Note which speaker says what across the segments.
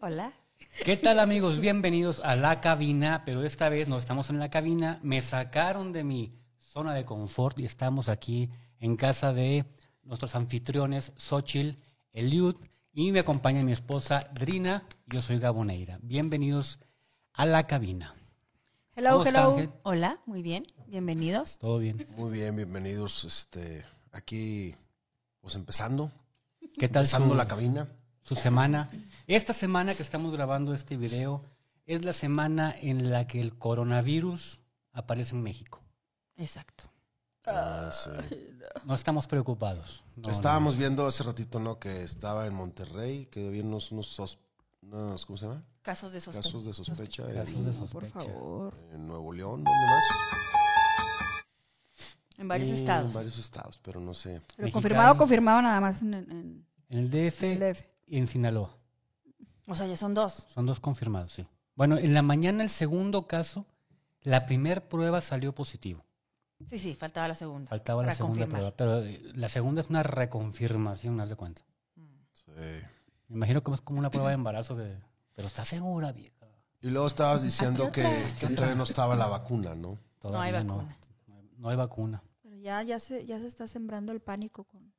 Speaker 1: Hola.
Speaker 2: ¿Qué tal amigos? Bienvenidos a la cabina, pero esta vez no estamos en la cabina. Me sacaron de mi zona de confort y estamos aquí en casa de nuestros anfitriones Xochil, Eliud y me acompaña mi esposa Drina. Yo soy Gaboneira. Bienvenidos a la cabina.
Speaker 1: Hello,
Speaker 2: ¿Cómo está,
Speaker 1: hello.
Speaker 2: Ángel?
Speaker 1: Hola, muy bien. Bienvenidos.
Speaker 2: ¿Todo bien?
Speaker 3: Muy bien, bienvenidos. Este, aquí, pues empezando,
Speaker 2: ¿Qué tal
Speaker 3: empezando
Speaker 2: su,
Speaker 3: la cabina.
Speaker 2: su semana? Esta semana que estamos grabando este video es la semana en la que el coronavirus aparece en México.
Speaker 1: Exacto.
Speaker 3: Ah, sí.
Speaker 2: No estamos preocupados. No,
Speaker 3: Estábamos viendo hace ratito, ¿no? Que estaba en Monterrey, que había unos, unos, sos- unos- ¿cómo se llama?
Speaker 1: Casos de sospecha.
Speaker 3: Casos de sospecha en,
Speaker 2: Casos de sospecha.
Speaker 1: Por favor.
Speaker 3: en Nuevo León, ¿dónde más?
Speaker 1: En varios
Speaker 3: Y
Speaker 1: estados.
Speaker 3: En varios estados, pero no sé.
Speaker 1: Pero
Speaker 2: Mexicali.
Speaker 1: confirmado, confirmado nada más en, en- en
Speaker 2: En el DF
Speaker 1: el DF.
Speaker 2: y en Sinaloa.
Speaker 1: O sea, ya son dos.
Speaker 2: Son dos confirmados, sí. Bueno, en la mañana el segundo caso, la primer prueba salió positivo.
Speaker 1: Sí, sí, faltaba la segunda.
Speaker 2: Faltaba la
Speaker 1: Para
Speaker 2: segunda
Speaker 1: confirmar.
Speaker 2: prueba, pero eh, la segunda es una reconfirmación, haz de cuenta.
Speaker 3: Sí.
Speaker 2: Me imagino que es como una prueba de embarazo, que- pero está segura, vieja.
Speaker 3: Y luego estabas diciendo
Speaker 1: Hasta
Speaker 3: que,
Speaker 1: otra,
Speaker 3: que todavía no estaba la vacuna, ¿no?
Speaker 1: No hay
Speaker 2: Todavía
Speaker 1: vacuna.
Speaker 2: No hay vacuna.
Speaker 4: Pero ya, ya, se, ya se está sembrando el pánico con,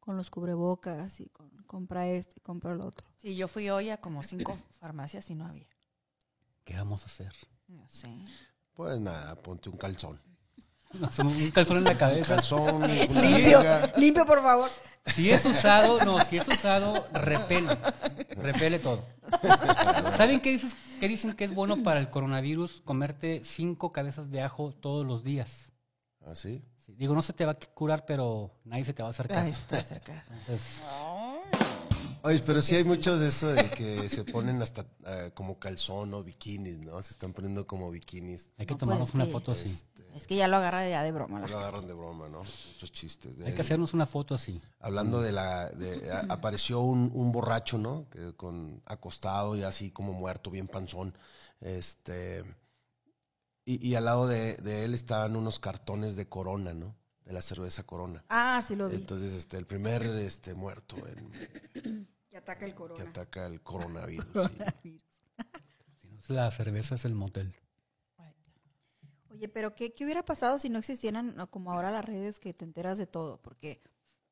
Speaker 4: con los cubrebocas y con compra esto y compra lo otro.
Speaker 1: Sí, yo fui hoy a como cinco farmacias y no había.
Speaker 2: ¿Qué vamos a hacer?
Speaker 1: No sé.
Speaker 3: Pues nada, ponte un calzón.
Speaker 2: Nos hacemos un calzón en la
Speaker 3: Un
Speaker 2: cabeza.
Speaker 3: calzón, una
Speaker 1: Limpio,
Speaker 3: liga.
Speaker 1: limpio, por favor.
Speaker 2: Si es usado, no, si es usado, repele. Repele todo. ¿Saben qué, dices, qué dicen que es bueno para el coronavirus? Comerte cinco cabezas de ajo todos los días.
Speaker 3: ¿Así?
Speaker 2: Sí, Digo, no se te va a curar, pero nadie se te va a acercar.
Speaker 1: Ahí está cerca.
Speaker 2: Entonces,
Speaker 3: Oye, pero sí hay muchos de eso de que se ponen hasta eh, como calzón o bikinis, ¿no? Se están poniendo como bikinis.
Speaker 2: hay que
Speaker 1: No
Speaker 2: tomarnos
Speaker 1: puedes
Speaker 2: una
Speaker 1: ir.
Speaker 2: foto así.
Speaker 1: Es que ya lo agarra ya de broma.
Speaker 3: No
Speaker 1: la
Speaker 3: lo
Speaker 1: gente.
Speaker 3: agarran de broma, ¿no? Muchos chistes. de-
Speaker 2: Hay que hacernos una foto así.
Speaker 3: Hablando de la... de- a- apareció un, un borracho, ¿no? Que con, acostado y así como muerto, bien panzón. Este... Y, y al lado de, de él estaban unos cartones de corona, ¿no? De la cerveza corona.
Speaker 4: Ah, sí lo vi.
Speaker 3: Entonces, este, el primer este, muerto en-
Speaker 4: que ataca el
Speaker 3: que
Speaker 4: corona.
Speaker 3: ataca el coronavirus. sí.
Speaker 2: Si no es La cerveza es el motel.
Speaker 4: Oye, pero qué, ¿qué hubiera pasado si no existieran no, como ahora las redes que te enteras de todo? Porque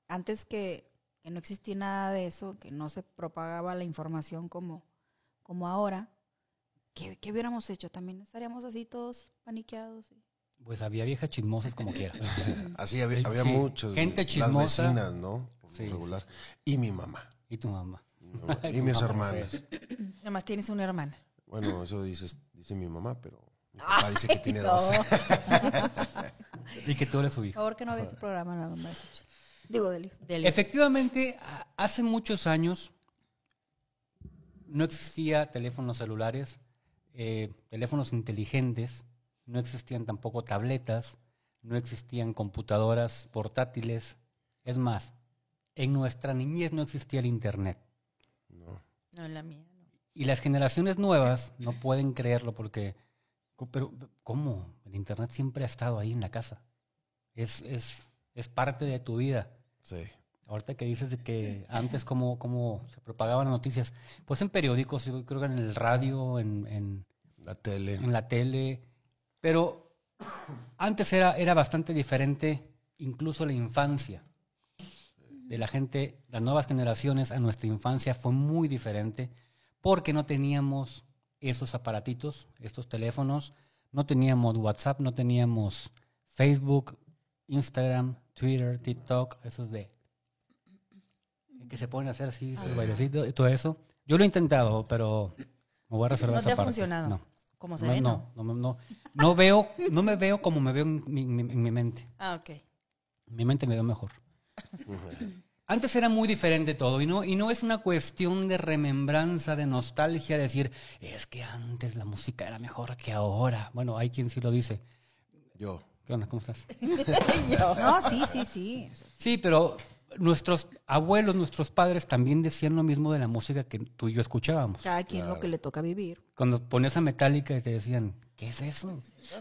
Speaker 4: antes que, que no existía nada de eso, que no se propagaba la información como, como ahora, ¿qué, qué hubiéramos hecho? También estaríamos así todos paniqueados. y-
Speaker 2: Pues había viejas chismosas como quiera.
Speaker 3: Así había, había
Speaker 2: Sí,
Speaker 3: muchos.
Speaker 2: gente
Speaker 3: las
Speaker 2: chismosa.
Speaker 3: vecinas, ¿no? Por lo
Speaker 2: Sí,
Speaker 3: regular. Y mi mamá.
Speaker 2: Y tu mamá.
Speaker 3: mi mamá,
Speaker 2: Ay,
Speaker 3: y mis
Speaker 2: mamá,
Speaker 3: hermanas.
Speaker 1: Nomás tienes una hermana.
Speaker 3: Bueno, eso dices, dice mi mamá, pero mi papá dice que tiene
Speaker 4: no.
Speaker 3: dos.
Speaker 2: Y que tú eres su
Speaker 4: Por
Speaker 2: hija.
Speaker 4: favor, que no veas el programa, la mamá de Xochitl. Digo, del hijo.
Speaker 1: Del-
Speaker 2: Efectivamente, a- hace muchos años no existía teléfonos celulares, eh, teléfonos inteligentes, no existían tampoco tabletas, no existían computadoras portátiles. Es más, en nuestra niñez no existía el Internet.
Speaker 3: No.
Speaker 1: No, la mía. no.
Speaker 2: Y las generaciones nuevas no pueden creerlo porque, co- pero ¿cómo? El Internet siempre ha estado ahí en la casa. Es, es, es parte de tu vida.
Speaker 3: Sí.
Speaker 2: Ahorita que dices de que antes cómo, cómo se propagaban las noticias, pues en periódicos, yo creo que en el radio, en, en,
Speaker 3: La tele.
Speaker 2: en la tele, pero antes era, era bastante diferente incluso la infancia de la gente, las nuevas generaciones a nuestra infancia fue muy diferente porque no teníamos esos aparatitos, estos teléfonos, no teníamos WhatsApp, no teníamos Facebook, Instagram, Twitter, TikTok, esos de que se pueden hacer así, sus bailecitos y todo eso. Yo lo he intentado, pero me voy a reservar
Speaker 1: No
Speaker 2: esa
Speaker 1: te ha
Speaker 2: parte.
Speaker 1: funcionado.
Speaker 2: No.
Speaker 1: Como se
Speaker 2: No,
Speaker 1: ve,
Speaker 2: no, no, no, no. No veo, no me veo como me veo en mi, mi- en mi mente.
Speaker 1: Ah, ok.
Speaker 2: En mi mente me veo mejor. Antes era muy diferente todo y no, y no es una cuestión de remembranza, de nostalgia, de decir, es que antes la música era mejor que ahora. Bueno, hay quien sí lo dice.
Speaker 3: Yo.
Speaker 2: ¿Qué onda? ¿Cómo estás?
Speaker 4: No, sí, sí, sí.
Speaker 2: Sí, pero nuestros abuelos, nuestros padres también decían lo mismo de la música que tú y yo escuchábamos.
Speaker 4: Cada quien
Speaker 3: Claro.
Speaker 4: lo que le toca vivir.
Speaker 2: Cuando ponías a Metallica y te decían, ¿qué es eso?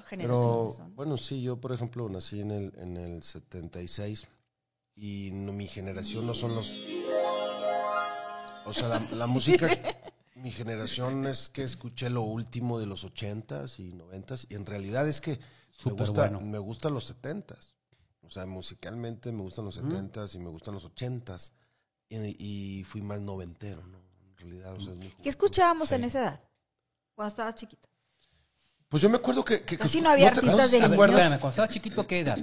Speaker 3: Pero, bueno, sí, yo, por ejemplo, nací en el, en el 76 y no- mi generación no son los... O sea, la, la música... mi generación es que escuché lo último de los 80s y 90s y en realidad es que me
Speaker 2: Súper
Speaker 3: gusta,
Speaker 2: bueno.
Speaker 3: me gustan los 70s. O sea, musicalmente me gustan los 70s y me gustan los 80s y, y fui más noventero, ¿no? En realidad, o sea, es mi
Speaker 4: ¿Qué
Speaker 3: juventud.
Speaker 4: escuchábamos
Speaker 2: Sí.
Speaker 4: en esa edad? Cuando estabas chiquita.
Speaker 3: Pues yo me acuerdo que... que- que
Speaker 4: Casi
Speaker 3: escu-
Speaker 4: no había
Speaker 3: te-
Speaker 4: artistas
Speaker 3: te
Speaker 4: de niños.
Speaker 3: acuerdas?
Speaker 2: Espérame, cuando estabas chiquito, ¿qué edad?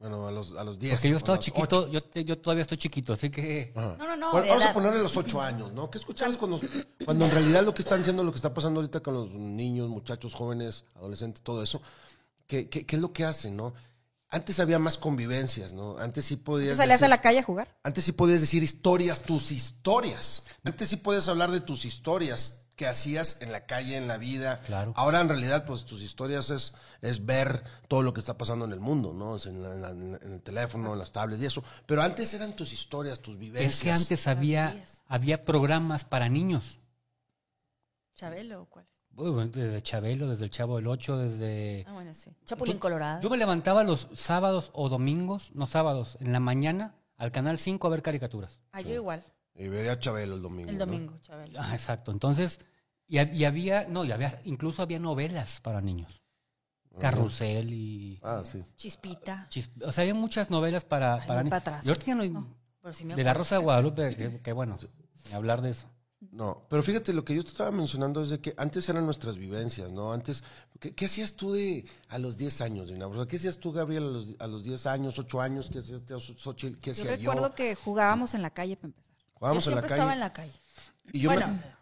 Speaker 3: Bueno, a los, a los 10.
Speaker 2: Porque yo
Speaker 3: o a
Speaker 2: estaba
Speaker 3: los
Speaker 2: chiquito, yo, te- yo todavía estoy chiquito, así que...
Speaker 3: Ajá.
Speaker 4: No, no, no,
Speaker 3: Bueno,
Speaker 4: de
Speaker 3: vamos a
Speaker 4: edad.
Speaker 3: ponerle los ocho años, ¿no? ¿Qué escuchabas cuando, cuando en realidad lo que están haciendo, lo que está pasando ahorita con los niños, muchachos, jóvenes, adolescentes, todo eso? ¿Qué, qué, qué es lo que hacen, no? Antes había más convivencias, ¿no? Antes sí podías.
Speaker 4: ¿Te salías
Speaker 3: decir-
Speaker 4: a la calle a jugar?
Speaker 3: Antes sí podías decir historias, tus historias. Antes sí podías hablar de tus historias que hacías en la calle, en la vida.
Speaker 2: Claro.
Speaker 3: Ahora en realidad, pues tus historias es, es ver todo lo que está pasando en el mundo, ¿no? O sea, en, la- en la- en el teléfono, en las tablets y eso. Pero antes eran tus historias, tus vivencias.
Speaker 2: Es que antes había,
Speaker 1: días.
Speaker 2: había programas para niños.
Speaker 1: ¿Chabelo o cuál?
Speaker 2: Bueno, Desde Chabelo, desde el Chavo del Ocho, desde...
Speaker 1: Ah, bueno, sí. Chapulín Colorado.
Speaker 2: Yo me levantaba los sábados o domingos, no sábados, en la mañana al Canal 5 a ver caricaturas.
Speaker 1: ah, yo igual.
Speaker 3: Y vería a Chabelo el domingo.
Speaker 1: El
Speaker 3: ¿no?
Speaker 1: domingo, Chabelo.
Speaker 2: Ah, exacto. Entonces, y, hab- y había, no, y había, incluso había novelas para niños. Carrusel y...
Speaker 3: Ah, sí.
Speaker 1: Chispita.
Speaker 2: chis- o sea, había muchas novelas para,
Speaker 4: Ay,
Speaker 2: para
Speaker 4: voy
Speaker 2: ni-
Speaker 4: pa' atrás.
Speaker 2: Yo ahorita ya no-
Speaker 1: Pero sí me
Speaker 2: de la Rosa de Guadalupe, que, que bueno, ni hablar de eso.
Speaker 3: No, pero fíjate, lo que yo te estaba mencionando es de que antes eran nuestras vivencias, ¿no? Antes, ¿qué, qué hacías tú de a los 10 años, Dina? O sea, ¿Qué hacías tú, Gabriel, a los, a los 10 años, 8 años? ¿Qué hacías tú, Xochitl? ¿Qué
Speaker 4: Yo
Speaker 3: hacía yo?
Speaker 4: recuerdo que jugábamos en la calle para empezar.
Speaker 3: Jugábamos
Speaker 1: yo
Speaker 3: en la
Speaker 1: siempre
Speaker 3: calle.
Speaker 1: estaba en la calle.
Speaker 3: Y yo
Speaker 1: bueno,
Speaker 3: me-
Speaker 1: o sea,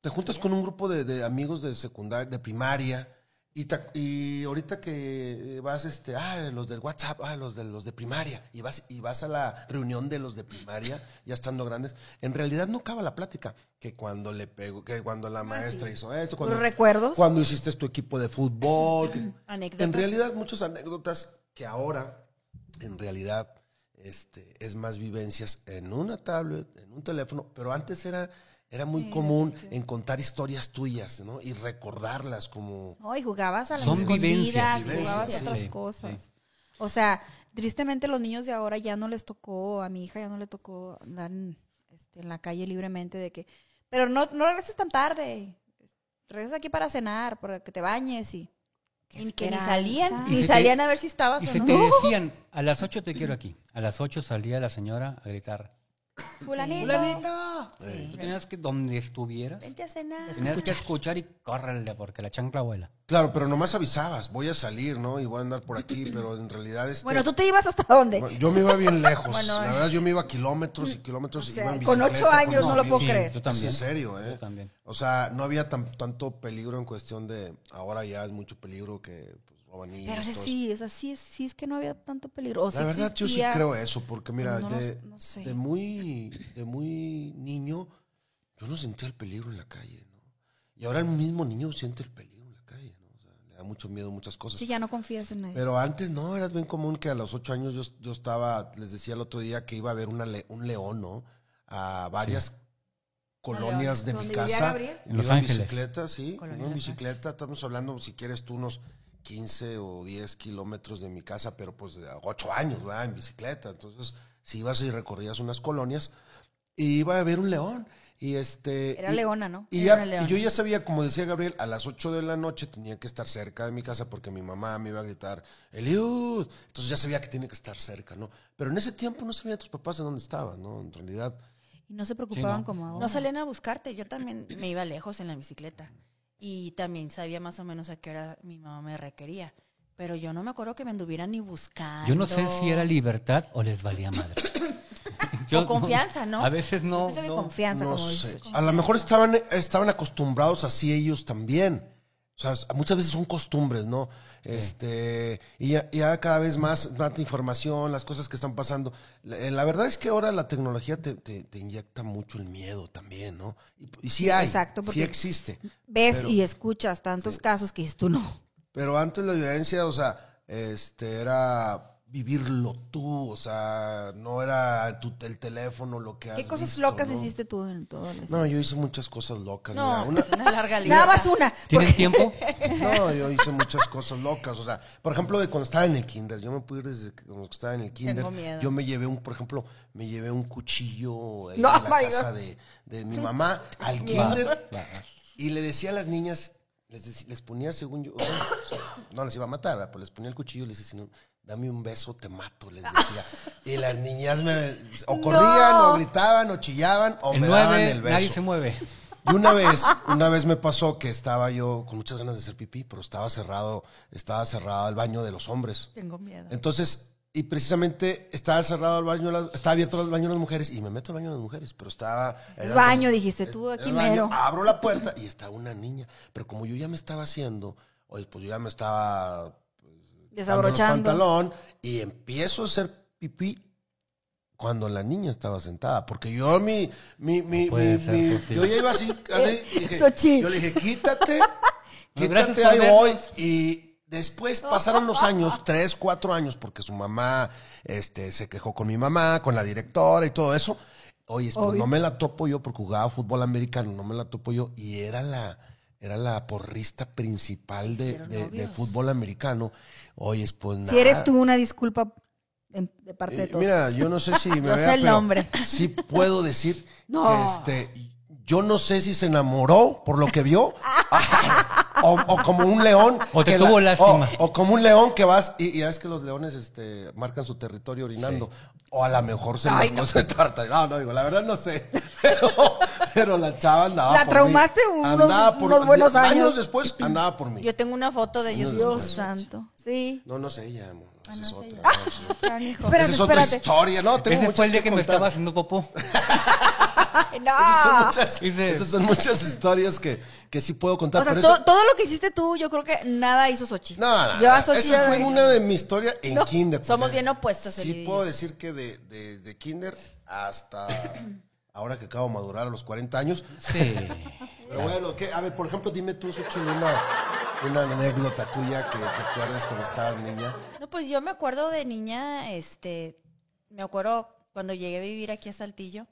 Speaker 3: te juntas con un grupo de, de amigos de secundaria, de primaria, y, te- y ahorita que eh, vas, este, ah, los del WhatsApp, ah, los de los de primaria, y vas, y vas a la reunión de los de primaria, ya estando grandes, en realidad no acaba la plática, que cuando le pego, que cuando la maestra hizo esto, cuando,
Speaker 4: ¿Tus recuerdos?
Speaker 3: cuando hiciste tu equipo de fútbol. que-
Speaker 1: Anécdotas.
Speaker 3: En realidad, muchas anécdotas que ahora, en realidad, este, es más vivencias en una tablet, en un teléfono, pero antes era, era muy común en contar historias tuyas, ¿no? Y recordarlas como...
Speaker 4: No, y jugabas a las
Speaker 2: Son
Speaker 4: escondidas,
Speaker 2: vivencias,
Speaker 4: jugabas a
Speaker 2: vivencias,
Speaker 4: otras
Speaker 2: sí,
Speaker 4: cosas. O sea, tristemente los niños de ahora ya no les tocó, a mi hija ya no le tocó andar en, este, en la calle libremente de que, pero no, no regreses tan tarde, regresas aquí para cenar, para que te bañes y... qué
Speaker 1: y que ni
Speaker 4: esperanza.
Speaker 1: salían,
Speaker 2: Y
Speaker 1: ni
Speaker 2: se te-
Speaker 1: salían a ver si estabas
Speaker 2: Y
Speaker 1: o
Speaker 2: se
Speaker 1: no.
Speaker 2: te decían, a las 8 te quiero aquí. A las 8 salía la señora a gritar.
Speaker 4: Fulanito.
Speaker 2: ¡Fulanita!
Speaker 1: Sí.
Speaker 2: Tú tenías que, donde estuvieras,
Speaker 1: Vente a cenar.
Speaker 2: tenías que escuchar y córrele, porque la chancla vuela.
Speaker 3: Claro, pero nomás avisabas, voy a salir, ¿no? Y voy a andar por aquí, pero en realidad... Este,
Speaker 4: Bueno, tú te ibas hasta dónde.
Speaker 3: bueno, yo me iba bien lejos,
Speaker 1: Bueno,
Speaker 3: la
Speaker 1: eh.
Speaker 3: verdad yo me iba kilómetros y kilómetros.
Speaker 4: O
Speaker 3: y
Speaker 4: sea,
Speaker 3: iba en
Speaker 4: con ocho
Speaker 3: bicicleta,
Speaker 4: años
Speaker 3: unos
Speaker 4: no lo puedo
Speaker 3: amigos.
Speaker 2: Sí,
Speaker 4: creer?
Speaker 2: Tú
Speaker 3: Es
Speaker 2: también.
Speaker 3: en serio, ¿eh?
Speaker 2: Yo también.
Speaker 3: O sea, no había tan- tanto peligro en cuestión de. Ahora ya es mucho peligro que pues, roban niños,
Speaker 4: Pero o sea,
Speaker 3: todo
Speaker 4: sí, o sea, sí, es- sí es que no había tanto peligro. O
Speaker 3: eso.
Speaker 4: sí
Speaker 3: La verdad, yo sí
Speaker 4: existía,
Speaker 3: creo eso, porque mira,
Speaker 4: no lo-
Speaker 3: de,
Speaker 4: no sé.
Speaker 3: de muy, de muy niño, yo no sentía el peligro en la calle, ¿no? Y ahora el mismo niño siente el peligro en la calle, ¿no? O sea, le da mucho miedo muchas cosas.
Speaker 4: Sí, ya no confías en nadie.
Speaker 3: Pero antes no, era bien común que a los ocho años yo, yo estaba, les decía el otro día que iba a ver una le- un león, ¿no? A varias colonias de mi
Speaker 4: ¿Dónde vivía
Speaker 3: casa.
Speaker 4: Gabriel?
Speaker 2: En Los
Speaker 3: Iba
Speaker 2: Ángeles.
Speaker 3: En bicicleta, sí.
Speaker 1: Colonia
Speaker 3: iba en
Speaker 1: Los
Speaker 3: bicicleta, estamos hablando, si quieres tú, unos 15 o 10 kilómetros de mi casa, pero pues de a ocho años, ¿verdad? En bicicleta. Entonces, si ibas y recorrías unas colonias, y iba a ver un león. Y este.
Speaker 4: Era
Speaker 3: y-
Speaker 4: leona, ¿no?
Speaker 3: y,
Speaker 1: Era
Speaker 3: ya-
Speaker 1: una leona.
Speaker 3: y yo ya sabía, como decía Gabriel, a las 8 de la noche tenía que estar cerca de mi casa porque mi mamá me iba a gritar, Eliud. Entonces ya sabía que tenía que estar cerca, ¿no? Pero en ese tiempo no sabía tus papás de dónde estaban, ¿no? En realidad.
Speaker 4: Y no se preocupaban
Speaker 2: no.
Speaker 4: como ahora.
Speaker 1: No salían a buscarte. Yo también me iba lejos en la bicicleta. Y también sabía más o menos a qué hora mi mamá me requería. Pero yo no me acuerdo que me anduvieran ni buscando.
Speaker 2: Yo no sé si era libertad o les valía madre.
Speaker 1: O confianza, ¿no?
Speaker 2: A veces no.
Speaker 4: Pienso que
Speaker 2: no.
Speaker 4: confianza,
Speaker 3: No
Speaker 4: como
Speaker 3: sé.
Speaker 4: dices.
Speaker 3: A lo mejor estaban, estaban acostumbrados así ellos también. O sea, muchas veces son costumbres, ¿no? Este, y ya, ya cada vez más, más información, las cosas que están pasando. La, eh, la verdad es que ahora la tecnología te, te- te inyecta mucho el miedo también, ¿no? Y, y sí hay,
Speaker 4: Exacto,
Speaker 3: sí
Speaker 4: porque-
Speaker 3: existe.
Speaker 4: Ves
Speaker 3: Pero-
Speaker 4: y escuchas tantos casos que dices tú no.
Speaker 3: Pero antes la violencia, o sea, este, era vivirlo tú, o sea, no era tu, el teléfono lo que has
Speaker 4: ¿Qué cosas
Speaker 3: visto,
Speaker 4: locas
Speaker 3: ¿no?
Speaker 4: hiciste tú en todo eso?
Speaker 3: No, yo hice muchas cosas locas.
Speaker 1: No,
Speaker 3: mira, una-
Speaker 1: es una larga lista.
Speaker 4: Nada más una.
Speaker 2: ¿Tienes tiempo?
Speaker 3: No, yo hice muchas cosas locas. O sea, por ejemplo, de cuando estaba en el kinder, yo me pude ir desde que- cuando estaba en el kinder.
Speaker 1: miedo.
Speaker 3: Yo me llevé un, por ejemplo, me llevé un cuchillo ahí
Speaker 4: No,
Speaker 3: de la
Speaker 4: my
Speaker 3: casa
Speaker 4: God.
Speaker 3: de, de mi mamá al
Speaker 2: Va,
Speaker 3: kinder
Speaker 2: va.
Speaker 3: y le decía a las niñas, les, dec- les ponía según yo, bueno, pues, no les iba a matar, ¿verdad? pues les ponía el cuchillo y les decía, "No, dame un beso, te mato, les decía. Y las niñas me, o corrían, o gritaban, o chillaban, o
Speaker 2: En
Speaker 3: me daban
Speaker 2: nueve,
Speaker 3: el beso.
Speaker 2: nadie se mueve.
Speaker 3: Y una vez, una vez me pasó que estaba yo con muchas ganas de hacer pipí, pero estaba cerrado, estaba cerrado el baño de los hombres.
Speaker 1: Tengo miedo.
Speaker 3: Entonces, y precisamente estaba cerrado el baño, de las- estaba abierto el baño de las mujeres y me meto al baño de las mujeres, pero estaba...
Speaker 4: Es
Speaker 3: era-
Speaker 4: baño, dijiste tú,
Speaker 3: era
Speaker 4: aquí
Speaker 3: el baño,
Speaker 4: mero.
Speaker 3: Abro la puerta y está una niña, pero como yo ya me estaba haciendo, oye, pues yo ya me estaba dando el
Speaker 4: Desabrochando.
Speaker 3: Eh, pantalón y empiezo a hacer pipí cuando la niña estaba sentada. Porque yo mi, mi, mi,
Speaker 2: puede
Speaker 3: mi-
Speaker 2: ser
Speaker 3: mi- yo
Speaker 2: posible.
Speaker 3: ya iba así, así, dije,
Speaker 4: Xochitl.
Speaker 3: yo le dije, quítate,
Speaker 2: gracias
Speaker 3: quítate,
Speaker 2: por
Speaker 3: ahí voy.
Speaker 2: vernos.
Speaker 3: Y después pasaron los años, tres, cuatro años, porque su mamá este, se quejó con mi mamá, con la directora y todo eso. Oye, pues
Speaker 4: Obvio.
Speaker 3: no me la topo yo porque jugaba fútbol americano, no me la topo yo. Y era la, era la porrista principal de,
Speaker 1: Hicieron
Speaker 3: de- de
Speaker 1: novios.
Speaker 3: fútbol americano. Oye, pues nada.
Speaker 4: Si eres tú, una disculpa en- de parte de
Speaker 3: Eh,
Speaker 4: todos.
Speaker 3: Mira, yo no sé si me
Speaker 4: No sé
Speaker 3: vea,
Speaker 4: el
Speaker 3: pero
Speaker 4: nombre.
Speaker 3: Sí puedo decir
Speaker 4: No.
Speaker 3: que este, yo no sé si se enamoró por lo que vio. O, o como un león.
Speaker 2: O te
Speaker 3: que
Speaker 2: tuvo lástima.
Speaker 3: O, o como un león que vas y, y ya ves que los leones este, marcan su territorio orinando. O a lo mejor se
Speaker 4: Ay,
Speaker 3: enamoró, se tarta. No, no, digo, la verdad no sé. Pero, pero la chava andaba
Speaker 4: La
Speaker 3: por mí.
Speaker 4: traumaste unos-
Speaker 3: Andaba por-
Speaker 4: unos buenos años.
Speaker 3: Años después andaba por mí.
Speaker 1: Yo tengo una foto de ellos.
Speaker 4: Dios santo. Sí.
Speaker 3: No, no sé ella, amor. Esa
Speaker 4: Ah,
Speaker 3: es
Speaker 1: no sé
Speaker 3: otra.
Speaker 1: ella.
Speaker 3: no, esa es otra.
Speaker 4: Espérate,
Speaker 3: Esa es otra
Speaker 4: espérate.
Speaker 3: historia. No, tengo
Speaker 2: Ese
Speaker 3: muchas
Speaker 2: fue el día que me
Speaker 3: contar.
Speaker 2: estaba haciendo popó.
Speaker 4: Ay, no.
Speaker 3: Esas son muchas,
Speaker 2: Dice-
Speaker 3: esas son muchas historias que, que sí puedo contar.
Speaker 4: O sea,
Speaker 3: pero
Speaker 4: to-
Speaker 3: eso-
Speaker 4: todo lo que hiciste tú, yo creo que nada hizo Xochitl.
Speaker 3: no, no,
Speaker 4: yo a
Speaker 3: no,
Speaker 4: Xochitl
Speaker 3: esa
Speaker 4: la-
Speaker 3: fue una de mi historia en
Speaker 4: No,
Speaker 3: kinder.
Speaker 1: somos
Speaker 3: porque
Speaker 1: bien opuestos,
Speaker 3: Sí
Speaker 1: Eli.
Speaker 3: puedo decir que de, de- de kinder hasta ahora que acabo de madurar a los 40 años.
Speaker 2: Sí.
Speaker 3: Pero bueno, ¿qué? a ver, por ejemplo, dime tú, Xochitl, una, una anécdota tuya que te acuerdas cuando estabas niña.
Speaker 1: No, pues yo me acuerdo de niña, este, me acuerdo cuando llegué a vivir aquí a Saltillo,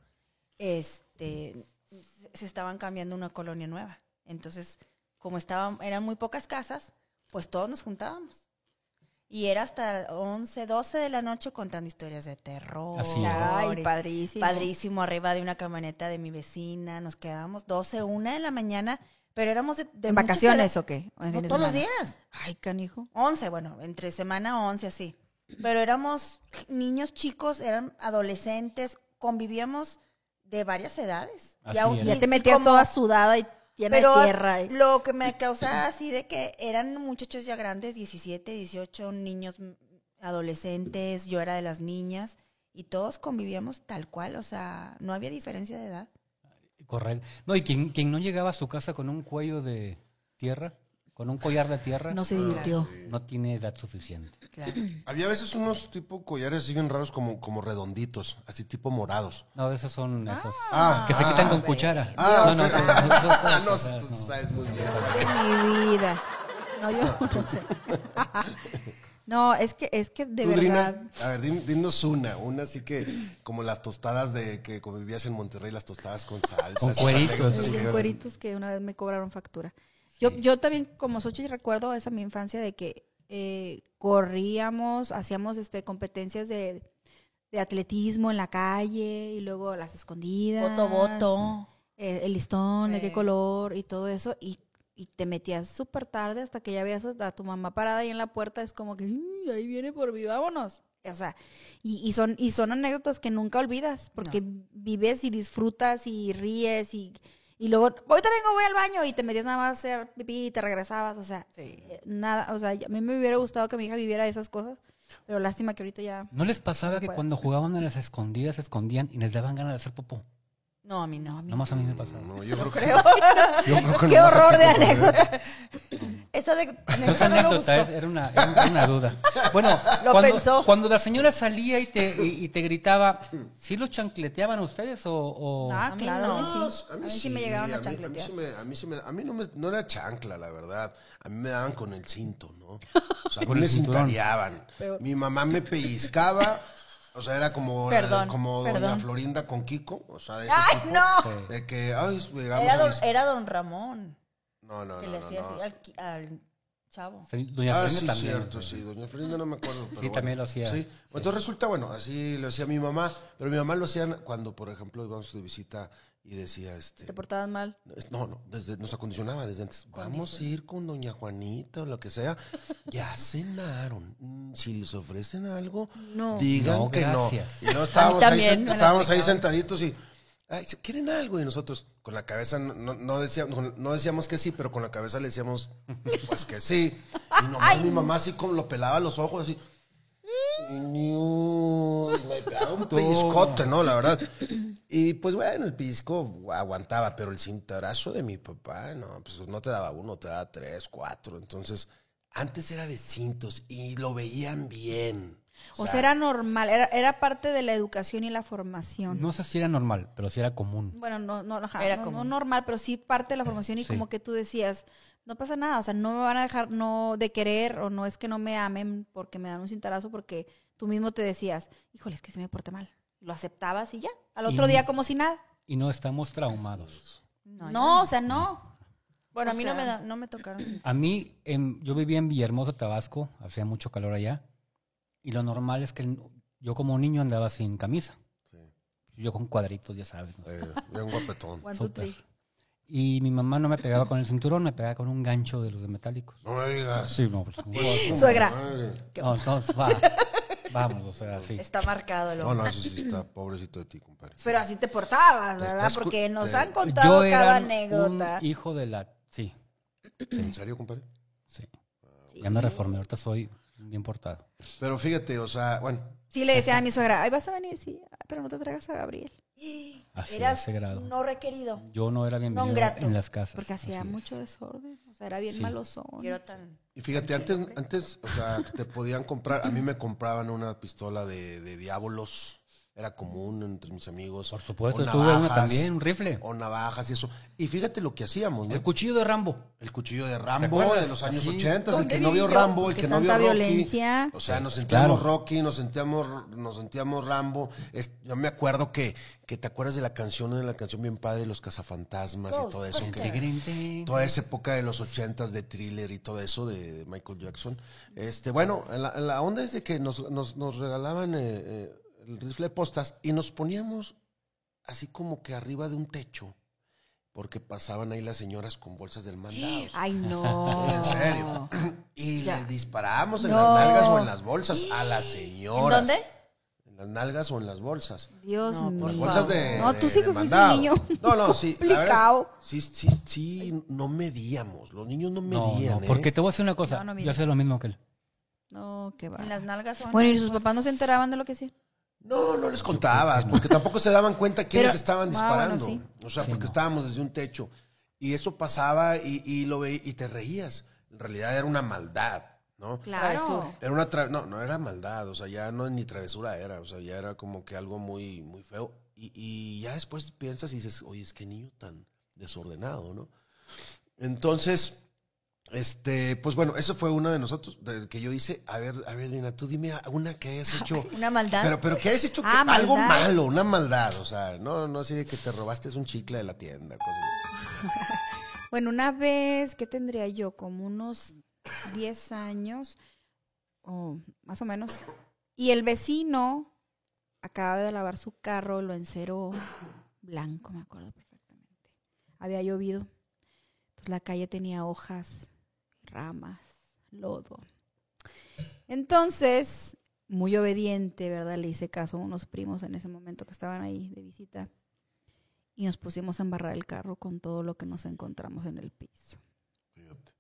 Speaker 1: este, se- se estaban cambiando una colonia nueva. Entonces, como estaban, eran muy pocas casas, pues todos nos juntábamos. Y era hasta 11, 12 de la noche contando historias de terror.
Speaker 2: Así es.
Speaker 4: Ay, padrísimo.
Speaker 1: Padrísimo, arriba de una camioneta de mi vecina, nos quedábamos 12, 1 de la mañana, pero éramos de, de
Speaker 4: ¿En
Speaker 1: muchas horas-
Speaker 4: vacaciones o qué? ¿O en
Speaker 1: No,
Speaker 4: fines de
Speaker 1: todos los
Speaker 4: semana?
Speaker 1: días.
Speaker 4: Ay, canijo.
Speaker 1: 11, bueno, entre semana 11 así. Pero éramos niños chicos, eran adolescentes, convivíamos de varias edades.
Speaker 2: Así
Speaker 1: un-
Speaker 2: es.
Speaker 4: Ya
Speaker 1: y
Speaker 4: te metías
Speaker 1: como-
Speaker 4: toda sudada y llena
Speaker 1: pero
Speaker 4: de tierra. y-
Speaker 1: lo que me causaba así de que eran muchachos ya grandes, 17, 18, niños mm, adolescentes, yo era de las niñas y todos convivíamos tal cual, o sea, no había diferencia de edad.
Speaker 2: Correcto. No, y quien, quien no llegaba a su casa con un cuello de tierra, con un collar de tierra,
Speaker 4: No se divirtió.
Speaker 2: no tiene edad suficiente.
Speaker 1: Claro.
Speaker 3: Había a veces unos tipo collares así bien raros como, como redonditos, así tipo morados.
Speaker 2: No, esos son esos
Speaker 3: Ah,
Speaker 2: que se quitan
Speaker 3: ah,
Speaker 2: con cuchara.
Speaker 3: Ah,
Speaker 2: no, no, no,
Speaker 3: ok.
Speaker 2: no, esos son-
Speaker 3: Ah, no,
Speaker 2: o sea,
Speaker 3: tú
Speaker 2: no.
Speaker 3: sabes muy bien.
Speaker 4: Mi vida. No, yo no sé. No, es que, es que de
Speaker 3: Tú,
Speaker 4: verdad.
Speaker 3: Drina, a ver, din- dinos una, una así que como las tostadas de que como vivías en Monterrey, las tostadas con salsa.
Speaker 2: Con
Speaker 3: esas
Speaker 2: cueritos.
Speaker 3: anécdotas
Speaker 4: Sí,
Speaker 3: que
Speaker 4: los
Speaker 3: eran-
Speaker 4: cueritos que una vez me cobraron factura. Yo, yo también, como Sochi, recuerdo esa mi infancia de que eh, corríamos, hacíamos este competencias de, de atletismo en la calle y luego las escondidas.
Speaker 1: Voto, voto.
Speaker 4: eh, el listón, de qué
Speaker 1: Sí.
Speaker 4: color y todo eso. Y, y te metías súper tarde hasta que ya veías a tu mamá parada ahí en la puerta. Es como que, "Uy, ahí viene por mí, vámonos. O sea, y, y son, y son anécdotas que nunca olvidas, porque vives y disfrutas y ríes y, y luego, ahorita vengo, voy al baño y te metías nada más a hacer pipí y te regresabas, o sea, eh, nada, o sea, a mí me hubiera gustado que mi hija viviera esas cosas, pero lástima que ahorita ya...
Speaker 2: ¿No les pasaba
Speaker 4: No
Speaker 2: que
Speaker 4: puedo.
Speaker 2: cuando jugaban a las escondidas se escondían y les daban ganas de hacer popó?
Speaker 1: No, a mí no.
Speaker 2: Nomás a mí me pasaba.
Speaker 3: No, yo creo que- yo creo que
Speaker 4: ¡Qué
Speaker 3: nomás a
Speaker 4: horror
Speaker 3: ti
Speaker 4: de
Speaker 3: te pasó, ¿eh?
Speaker 4: anécdota!
Speaker 1: Es Esa de.
Speaker 2: No es
Speaker 1: esa no me
Speaker 2: anécdota, es-
Speaker 1: gustó.
Speaker 2: era una, era un- una duda. Bueno,
Speaker 1: Lo
Speaker 2: cuando,
Speaker 1: pensó.
Speaker 2: cuando la señora salía y te, y, y te gritaba, ¿sí los chancleteaban ustedes o...? o-
Speaker 4: Ah,
Speaker 1: A mí
Speaker 4: claro, a mí
Speaker 1: no.
Speaker 4: sí.
Speaker 3: A mí
Speaker 4: sí
Speaker 3: sí
Speaker 4: me llegaron
Speaker 3: mí-
Speaker 4: a
Speaker 3: mí
Speaker 4: chancletear.
Speaker 3: sí me- A mí sí me- a mí no, me- no era chancla, la verdad. A mí me daban con el cinto, ¿no? O sea, a mí
Speaker 2: Con el
Speaker 3: me
Speaker 2: cinturón.
Speaker 3: cintareaban. Mi mamá me pellizcaba. O sea, era como, la-
Speaker 1: Perdón,
Speaker 3: como doña
Speaker 1: perdón.
Speaker 3: Florinda con Kiko. O sea, de ese
Speaker 1: ¡Ay,
Speaker 3: tipo.
Speaker 1: no!
Speaker 2: Sí.
Speaker 3: De que, ay, llegamos
Speaker 1: Era
Speaker 3: a
Speaker 1: don,
Speaker 3: mis-
Speaker 1: era don Ramón
Speaker 3: No, no,
Speaker 1: que
Speaker 3: no,
Speaker 1: le
Speaker 3: no,
Speaker 1: hacía
Speaker 3: no.
Speaker 1: así al, qui- al chavo.
Speaker 2: Doña Florinda
Speaker 3: Ah, sí,
Speaker 2: Ah, también.
Speaker 3: cierto, sí. Doña Florinda no me acuerdo. Pero bueno.
Speaker 2: también lo hacía.
Speaker 3: Sí.
Speaker 2: Sí.
Speaker 3: Entonces resulta, bueno, así lo hacía mi mamá. Pero mi mamá lo hacía cuando, por ejemplo, íbamos de visita y decía, este...
Speaker 4: Te portabas mal.
Speaker 3: No, no, desde, nos acondicionaba desde antes. Vamos a ir con doña Juanita o lo que sea. Ya cenaron. Mm, Si les ofrecen algo,
Speaker 4: No.
Speaker 3: digan
Speaker 2: No,
Speaker 3: que
Speaker 2: gracias.
Speaker 3: no. Y no estábamos,
Speaker 1: también
Speaker 3: ahí,
Speaker 1: me
Speaker 3: sen-
Speaker 1: la
Speaker 3: estábamos ahí
Speaker 1: aplicaban.
Speaker 3: sentaditos y... "Ay, ¿Quieren algo? Y nosotros con la cabeza no, no- no decíamos, no decíamos que sí, pero con la cabeza le decíamos pues que sí. Y nomás mi mamá así como lo pelaba los ojos así. Niu, y me pegaba un pellizcote, ¿no? La verdad. Y pues bueno, el pellizco aguantaba, pero el cintarazo de mi papá, no, pues no te daba uno, te daba tres, cuatro. Entonces, antes era de cintos y lo veían bien.
Speaker 4: O sea, era normal, era, era parte de la educación y la formación.
Speaker 2: No sé si era normal, pero sí era común.
Speaker 4: Bueno, no, no, ajá,
Speaker 1: Era
Speaker 4: no- no
Speaker 1: común.
Speaker 4: normal, pero sí parte de la formación y
Speaker 2: Sí.
Speaker 4: como que tú decías, no pasa nada, o sea, no me van a dejar no de querer o no es que no me amen porque me dan un cintarazo porque tú mismo te decías, híjole, es que se me porté mal. Lo aceptabas y ya, al
Speaker 2: Y
Speaker 4: otro
Speaker 2: no-
Speaker 4: día como si nada.
Speaker 2: Y no estamos traumados.
Speaker 4: No,
Speaker 1: yo no.
Speaker 4: o sea, no.
Speaker 1: Bueno, a
Speaker 4: o
Speaker 1: mí no,
Speaker 4: sea-
Speaker 1: me da- no me tocaron. sin-
Speaker 2: A mí, em, yo vivía en Villahermosa, Tabasco, hacía mucho calor allá, y lo normal es que el- yo como niño andaba sin camisa. Yo con cuadritos, ya sabes. ¿no?
Speaker 3: Eh, era un guapetón.
Speaker 4: One, two,
Speaker 2: Súper.
Speaker 4: three.
Speaker 2: Y mi mamá no me pegaba con el cinturón, me pegaba con un gancho de los de metálicos.
Speaker 3: No me digas.
Speaker 2: Sí, no, pues,
Speaker 4: Suegra.
Speaker 3: Ay.
Speaker 2: no, entonces, va, vamos, o sea, sí.
Speaker 1: Está marcado el
Speaker 3: No,
Speaker 1: hombre.
Speaker 3: no, eso sí está pobrecito de ti, compadre.
Speaker 4: Pero así te portabas,
Speaker 3: Te
Speaker 4: ¿verdad?
Speaker 3: estás cu-
Speaker 4: Porque nos
Speaker 3: te-
Speaker 4: han
Speaker 2: Yo
Speaker 4: contado cada
Speaker 2: era un
Speaker 4: anécdota.
Speaker 2: hijo de la... Sí,
Speaker 3: ¿En serio, compadre?
Speaker 2: sí. Ya me reformé, ahorita soy bien portado.
Speaker 3: Pero fíjate, o sea, bueno,
Speaker 4: Sí le decía a mi suegra, ay, vas a venir, sí, ay, pero no te traigas a Gabriel.
Speaker 2: Así, a
Speaker 1: Eras
Speaker 2: ese grado.
Speaker 1: no requerido.
Speaker 2: Yo no era bienvenido
Speaker 1: grato,
Speaker 2: en las casas.
Speaker 4: Porque hacía
Speaker 2: así es.
Speaker 4: mucho desorden, o sea, era bien
Speaker 2: Sí.
Speaker 4: malosón.
Speaker 1: Y era tan.
Speaker 3: y fíjate, antes, antes, o sea, te podían comprar, a mí me compraban una pistola de, de diablos, era común entre mis amigos.
Speaker 2: Por
Speaker 3: o
Speaker 2: supuesto, yo tuve una
Speaker 3: navajas,
Speaker 2: también, un rifle.
Speaker 3: O navajas y eso. Y fíjate lo que hacíamos, ¿no?
Speaker 2: El cuchillo de Rambo.
Speaker 3: El cuchillo de
Speaker 2: ¿Te
Speaker 3: Rambo
Speaker 2: acuerdas?
Speaker 3: de los años
Speaker 2: Así.
Speaker 3: 80, el
Speaker 2: ¿Dónde
Speaker 3: que no vio
Speaker 2: viví yo?
Speaker 3: Rambo, el
Speaker 4: Porque
Speaker 3: que no vio
Speaker 4: tanta
Speaker 3: Rocky.
Speaker 4: violencia.
Speaker 3: O sea, nos
Speaker 2: Pues,
Speaker 3: sentíamos
Speaker 2: claro.
Speaker 3: Rocky, nos sentíamos, nos sentíamos Rambo. Es- yo me acuerdo que, que te acuerdas de la canción, de la canción bien padre, Los Cazafantasmas y todo eso. que- toda esa época de los ochentas de thriller y todo eso de, de Michael Jackson. Este, bueno, la, la onda es de que nos, nos- nos regalaban eh, eh, el rifle de postas y nos poníamos así como que arriba de un techo, porque pasaban ahí las señoras con bolsas del mandado.
Speaker 4: Ay, no.
Speaker 3: En serio. Y
Speaker 4: Ya.
Speaker 3: le disparábamos en
Speaker 4: No.
Speaker 3: las nalgas o en las bolsas a las señoras.
Speaker 1: ¿En dónde?
Speaker 3: En las nalgas o en las bolsas.
Speaker 4: Dios
Speaker 1: No,
Speaker 4: mío.
Speaker 1: por
Speaker 3: Las bolsas de.
Speaker 4: No, tú
Speaker 3: de-
Speaker 4: sí que
Speaker 3: de
Speaker 4: fuiste
Speaker 3: mandado.
Speaker 4: un niño.
Speaker 3: No, no, sí. la verdad es-
Speaker 4: complicado.
Speaker 3: sí, sí, sí, no medíamos. Los niños no
Speaker 2: No,
Speaker 3: medían.
Speaker 2: no,
Speaker 3: ¿eh?
Speaker 2: porque te voy a decir una cosa.
Speaker 4: No, no
Speaker 2: yo
Speaker 4: miras.
Speaker 2: hacía lo mismo que él.
Speaker 4: No, qué va.
Speaker 1: En las nalgas. o en
Speaker 4: Bueno, y
Speaker 1: las
Speaker 4: sus
Speaker 1: bolsas?
Speaker 4: papás no se enteraban de lo que hacían.
Speaker 3: No, no les contabas, porque tampoco se daban cuenta quiénes
Speaker 4: Pero-
Speaker 3: estaban
Speaker 4: ah,
Speaker 3: disparando.
Speaker 4: bueno,
Speaker 3: O sea,
Speaker 2: Sí,
Speaker 3: porque
Speaker 2: no.
Speaker 3: estábamos desde un techo. Y eso pasaba y, y lo veí- y te reías. En realidad era una maldad, ¿no?
Speaker 1: Claro.
Speaker 3: Era una tra- no, no era maldad, o sea, ya no ni travesura era, o sea, ya era como que algo muy, muy feo. Y, y ya después piensas y dices, oye, es que niño tan desordenado, ¿no? Entonces, este, pues bueno, eso fue una de nosotros, de- que yo hice, a ver, a ver, Lina, tú dime una que has hecho.
Speaker 1: Una maldad.
Speaker 3: Pero, pero que has hecho que-
Speaker 4: Ah, maldad.
Speaker 3: algo malo, una maldad, o sea, no, no así de que te robaste un chicle de la tienda, cosas así.
Speaker 4: Bueno, una vez, ¿qué tendría yo? Como unos 10 años, o más o menos. Y el vecino acaba de lavar su carro, lo enceró blanco, me acuerdo perfectamente. Había llovido. Entonces la calle tenía hojas, ramas, lodo. Entonces, muy obediente, ¿verdad? Le hice caso a unos primos en ese momento que estaban ahí de visita y nos pusimos a embarrar el carro con todo lo que nos encontramos en el piso.
Speaker 3: Fíjate.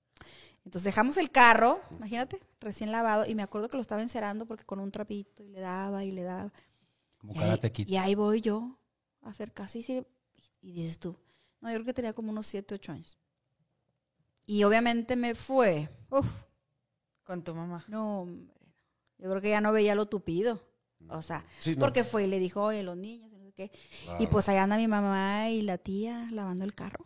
Speaker 4: Entonces dejamos el carro, imagínate, recién lavado, y me acuerdo que lo estaba encerando porque con un trapito y le daba y le daba.
Speaker 2: Como
Speaker 4: y, ahí,
Speaker 2: karate kid.
Speaker 4: y ahí voy yo a hacer caso y, sí- y dices tú, no, yo creo que tenía como unos 7, 8 años. Y obviamente me fue. Uf,
Speaker 1: con tu mamá.
Speaker 4: no, hombre. Yo creo que ya no veía lo tupido. O sea,
Speaker 3: Sí, no,
Speaker 4: porque fue y le dijo, oye, los niños, y no sé qué. Y
Speaker 3: claro,
Speaker 4: pues ahí anda mi mamá y la tía lavando el carro.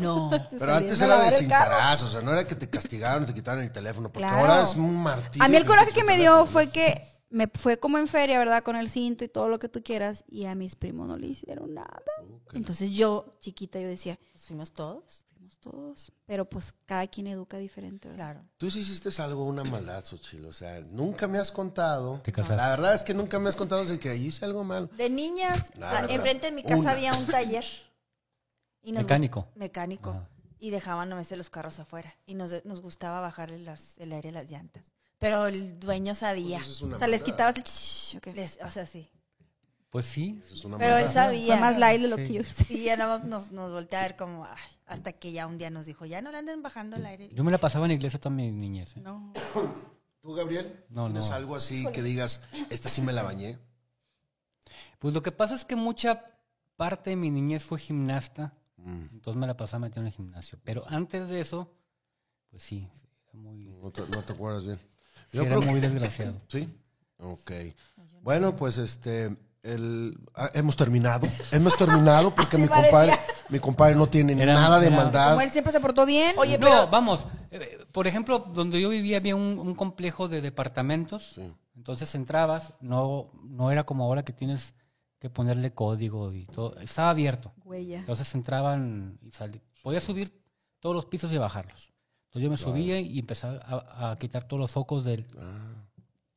Speaker 2: No.
Speaker 4: Se
Speaker 3: Pero
Speaker 4: salían
Speaker 3: antes
Speaker 4: a
Speaker 3: era de
Speaker 4: lavar el carro.
Speaker 3: cintarazos, o sea, no era que te castigaron, te quitaron el teléfono, porque
Speaker 4: Claro.
Speaker 3: ahora es un martillo.
Speaker 4: A mí el
Speaker 3: que
Speaker 4: coraje
Speaker 3: te
Speaker 4: que me
Speaker 3: teléfono.
Speaker 4: dio fue que me fue como en feria, ¿verdad? Con el cinto y todo lo que tú quieras. Y a mis primos no le hicieron nada.
Speaker 3: Ok.
Speaker 4: Entonces yo, chiquita, yo decía,
Speaker 1: Pues fuimos todos.
Speaker 4: fuimos todos. Pero pues cada quien educa diferente, ¿verdad?
Speaker 1: Claro.
Speaker 3: Tú sí hiciste algo, una maldad, Xochitl. O sea, nunca me has contado.
Speaker 2: Te casaste.
Speaker 3: La verdad es que nunca me has contado de que hice algo malo.
Speaker 1: De niñas,
Speaker 3: No,
Speaker 1: la-
Speaker 3: no, no.
Speaker 1: enfrente de mi casa
Speaker 3: Una.
Speaker 1: había un taller. Y nos gust-
Speaker 2: Mecánico.
Speaker 1: Mecánico.
Speaker 2: Ajá.
Speaker 1: Y dejaban a veces los carros afuera. Y nos, nos gustaba bajarle las, el aire a las llantas. Pero el dueño sabía.
Speaker 3: Eso es una
Speaker 4: O sea, les
Speaker 3: maldad.
Speaker 4: quitabas el... ch- ok.
Speaker 1: Les- o sea, sí.
Speaker 2: Pues sí.
Speaker 3: Eso es una
Speaker 1: Pero él
Speaker 3: maldad.
Speaker 1: sabía.
Speaker 4: Fue más light de lo
Speaker 2: Sí.
Speaker 4: que yo hice.
Speaker 1: Y ya nada más nos, nos voltea a ver como... ay, hasta que ya un día nos dijo, ya no le anden bajando el aire.
Speaker 2: Yo me la pasaba en la iglesia toda mi niñez. ¿eh?
Speaker 4: No.
Speaker 3: ¿Tú, Gabriel?
Speaker 2: No,
Speaker 3: ¿Tienes
Speaker 2: no.
Speaker 3: algo así que digas, esta sí me la bañé?
Speaker 2: Pues lo que pasa es que mucha parte de mi niñez fue gimnasta.
Speaker 3: Mm.
Speaker 2: Entonces me la pasaba metido en el gimnasio. Pero antes de eso, pues sí. sí, era muy,
Speaker 3: No te, no te acuerdas bien.
Speaker 2: sí,
Speaker 3: Yo
Speaker 2: era
Speaker 3: creo que-
Speaker 2: muy desgraciado.
Speaker 3: Sí. Ok. Bueno, pues este. el- ah, hemos terminado. Hemos terminado porque mi compadre, mi compadre no tiene
Speaker 2: Era-
Speaker 3: nada de
Speaker 2: era-
Speaker 3: maldad.
Speaker 4: Como él siempre se portó bien.
Speaker 2: no, vamos. eh, por ejemplo, donde yo vivía había un, un complejo de departamentos.
Speaker 3: Sí.
Speaker 2: Entonces entrabas, no, no era como ahora que tienes que ponerle código y todo. Estaba abierto.
Speaker 4: Huella.
Speaker 2: Entonces entraban y salían. Podía subir todos los pisos y bajarlos. Entonces yo me subía y empezaba a, a quitar todos los focos del,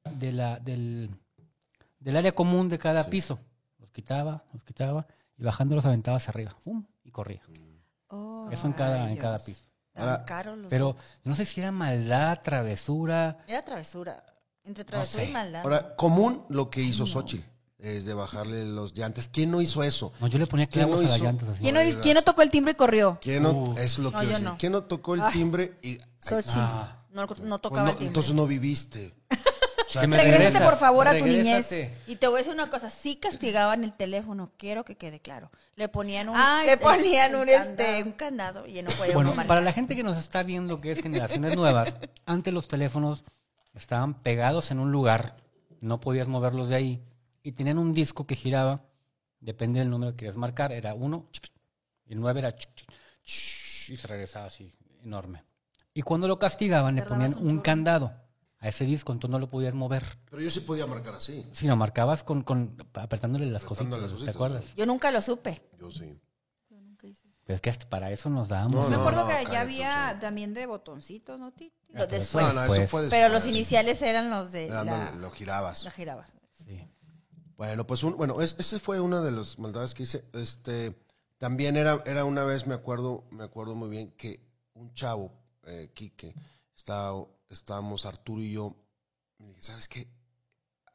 Speaker 3: Ah,
Speaker 2: de la, del, del área común de cada piso. Los quitaba, los quitaba y bajando los aventaba hacia arriba. ¡Fum! Y corría.
Speaker 4: Oh,
Speaker 2: Eso en cada, en
Speaker 1: rayos.
Speaker 2: cada piso.
Speaker 1: Tan
Speaker 3: Ahora,
Speaker 1: caros los-
Speaker 2: Pero yo no sé si era maldad, travesura.
Speaker 1: Era travesura. Entre travesura
Speaker 2: sé.
Speaker 1: y maldad.
Speaker 3: Ahora, común lo que hizo Xochitl es de bajarle los llantes. ¿Quién no hizo eso?
Speaker 2: No, yo le ponía
Speaker 3: ¿Quién lo
Speaker 2: clavos a las
Speaker 3: hizo?
Speaker 2: llantas así.
Speaker 4: ¿Quién, no, ¿Quién no tocó el timbre y corrió?
Speaker 3: ¿Quién no,
Speaker 2: Uh.
Speaker 3: eso es lo que
Speaker 1: No,
Speaker 3: yo
Speaker 1: yo
Speaker 3: decía.
Speaker 1: no.
Speaker 3: ¿Quién no tocó el timbre? Y,
Speaker 4: Xochitl.
Speaker 2: Ah.
Speaker 1: no, no
Speaker 3: Pues
Speaker 1: tocaba
Speaker 3: no,
Speaker 1: el timbre.
Speaker 3: entonces no viviste. O sea,
Speaker 2: Que me
Speaker 4: Regrésate,
Speaker 2: regresas,
Speaker 4: por favor, a tu
Speaker 2: regrésate.
Speaker 4: niñez.
Speaker 1: Y te voy a decir una cosa, sí castigaban el teléfono, quiero que quede claro. Le ponían un,
Speaker 4: Ay,
Speaker 1: le
Speaker 4: el-
Speaker 1: ponían
Speaker 4: el
Speaker 1: un,
Speaker 4: candado.
Speaker 1: este, un candado y ya no podía
Speaker 2: Bueno,
Speaker 1: uno
Speaker 2: para
Speaker 1: marcar.
Speaker 2: la gente que nos está viendo, que es generaciones nuevas, antes los teléfonos estaban pegados en un lugar, no podías moverlos de ahí, y tenían un disco que giraba, depende del número que querías marcar, era uno, y el nueve era, y se regresaba así, enorme. Y cuando lo castigaban, le
Speaker 4: Tardabas
Speaker 2: ponían
Speaker 4: un
Speaker 2: un
Speaker 4: chorro.
Speaker 2: candado a ese disco, entonces no lo podías mover,
Speaker 3: pero yo sí podía marcar así.
Speaker 2: sino marcabas con, con apretándole las
Speaker 3: Apretando
Speaker 2: cositas,
Speaker 3: las
Speaker 2: ¿te
Speaker 3: cositas,
Speaker 2: acuerdas?
Speaker 1: Yo nunca lo supe.
Speaker 3: Yo sí.
Speaker 2: Pero es que hasta para eso nos dábamos.
Speaker 4: Me
Speaker 3: No,
Speaker 4: acuerdo
Speaker 3: no,
Speaker 4: que
Speaker 3: cállate,
Speaker 4: ya había
Speaker 3: sí.
Speaker 4: también de botoncitos, ¿no? Ti, ti.
Speaker 2: Ah, pero eso
Speaker 1: después.
Speaker 3: No, no, eso
Speaker 2: después.
Speaker 3: fue
Speaker 1: Pero
Speaker 3: después.
Speaker 1: los iniciales eran los de la,
Speaker 3: Dándole- lo girabas.
Speaker 1: la girabas.
Speaker 2: Sí.
Speaker 3: Bueno, pues un, bueno, es- ese fue una de las maldades que hice. Este, también era, era una vez, me acuerdo, me acuerdo muy bien que un chavo, eh, Quique, estaba, estábamos Arturo y yo. Me dije, ¿sabes qué?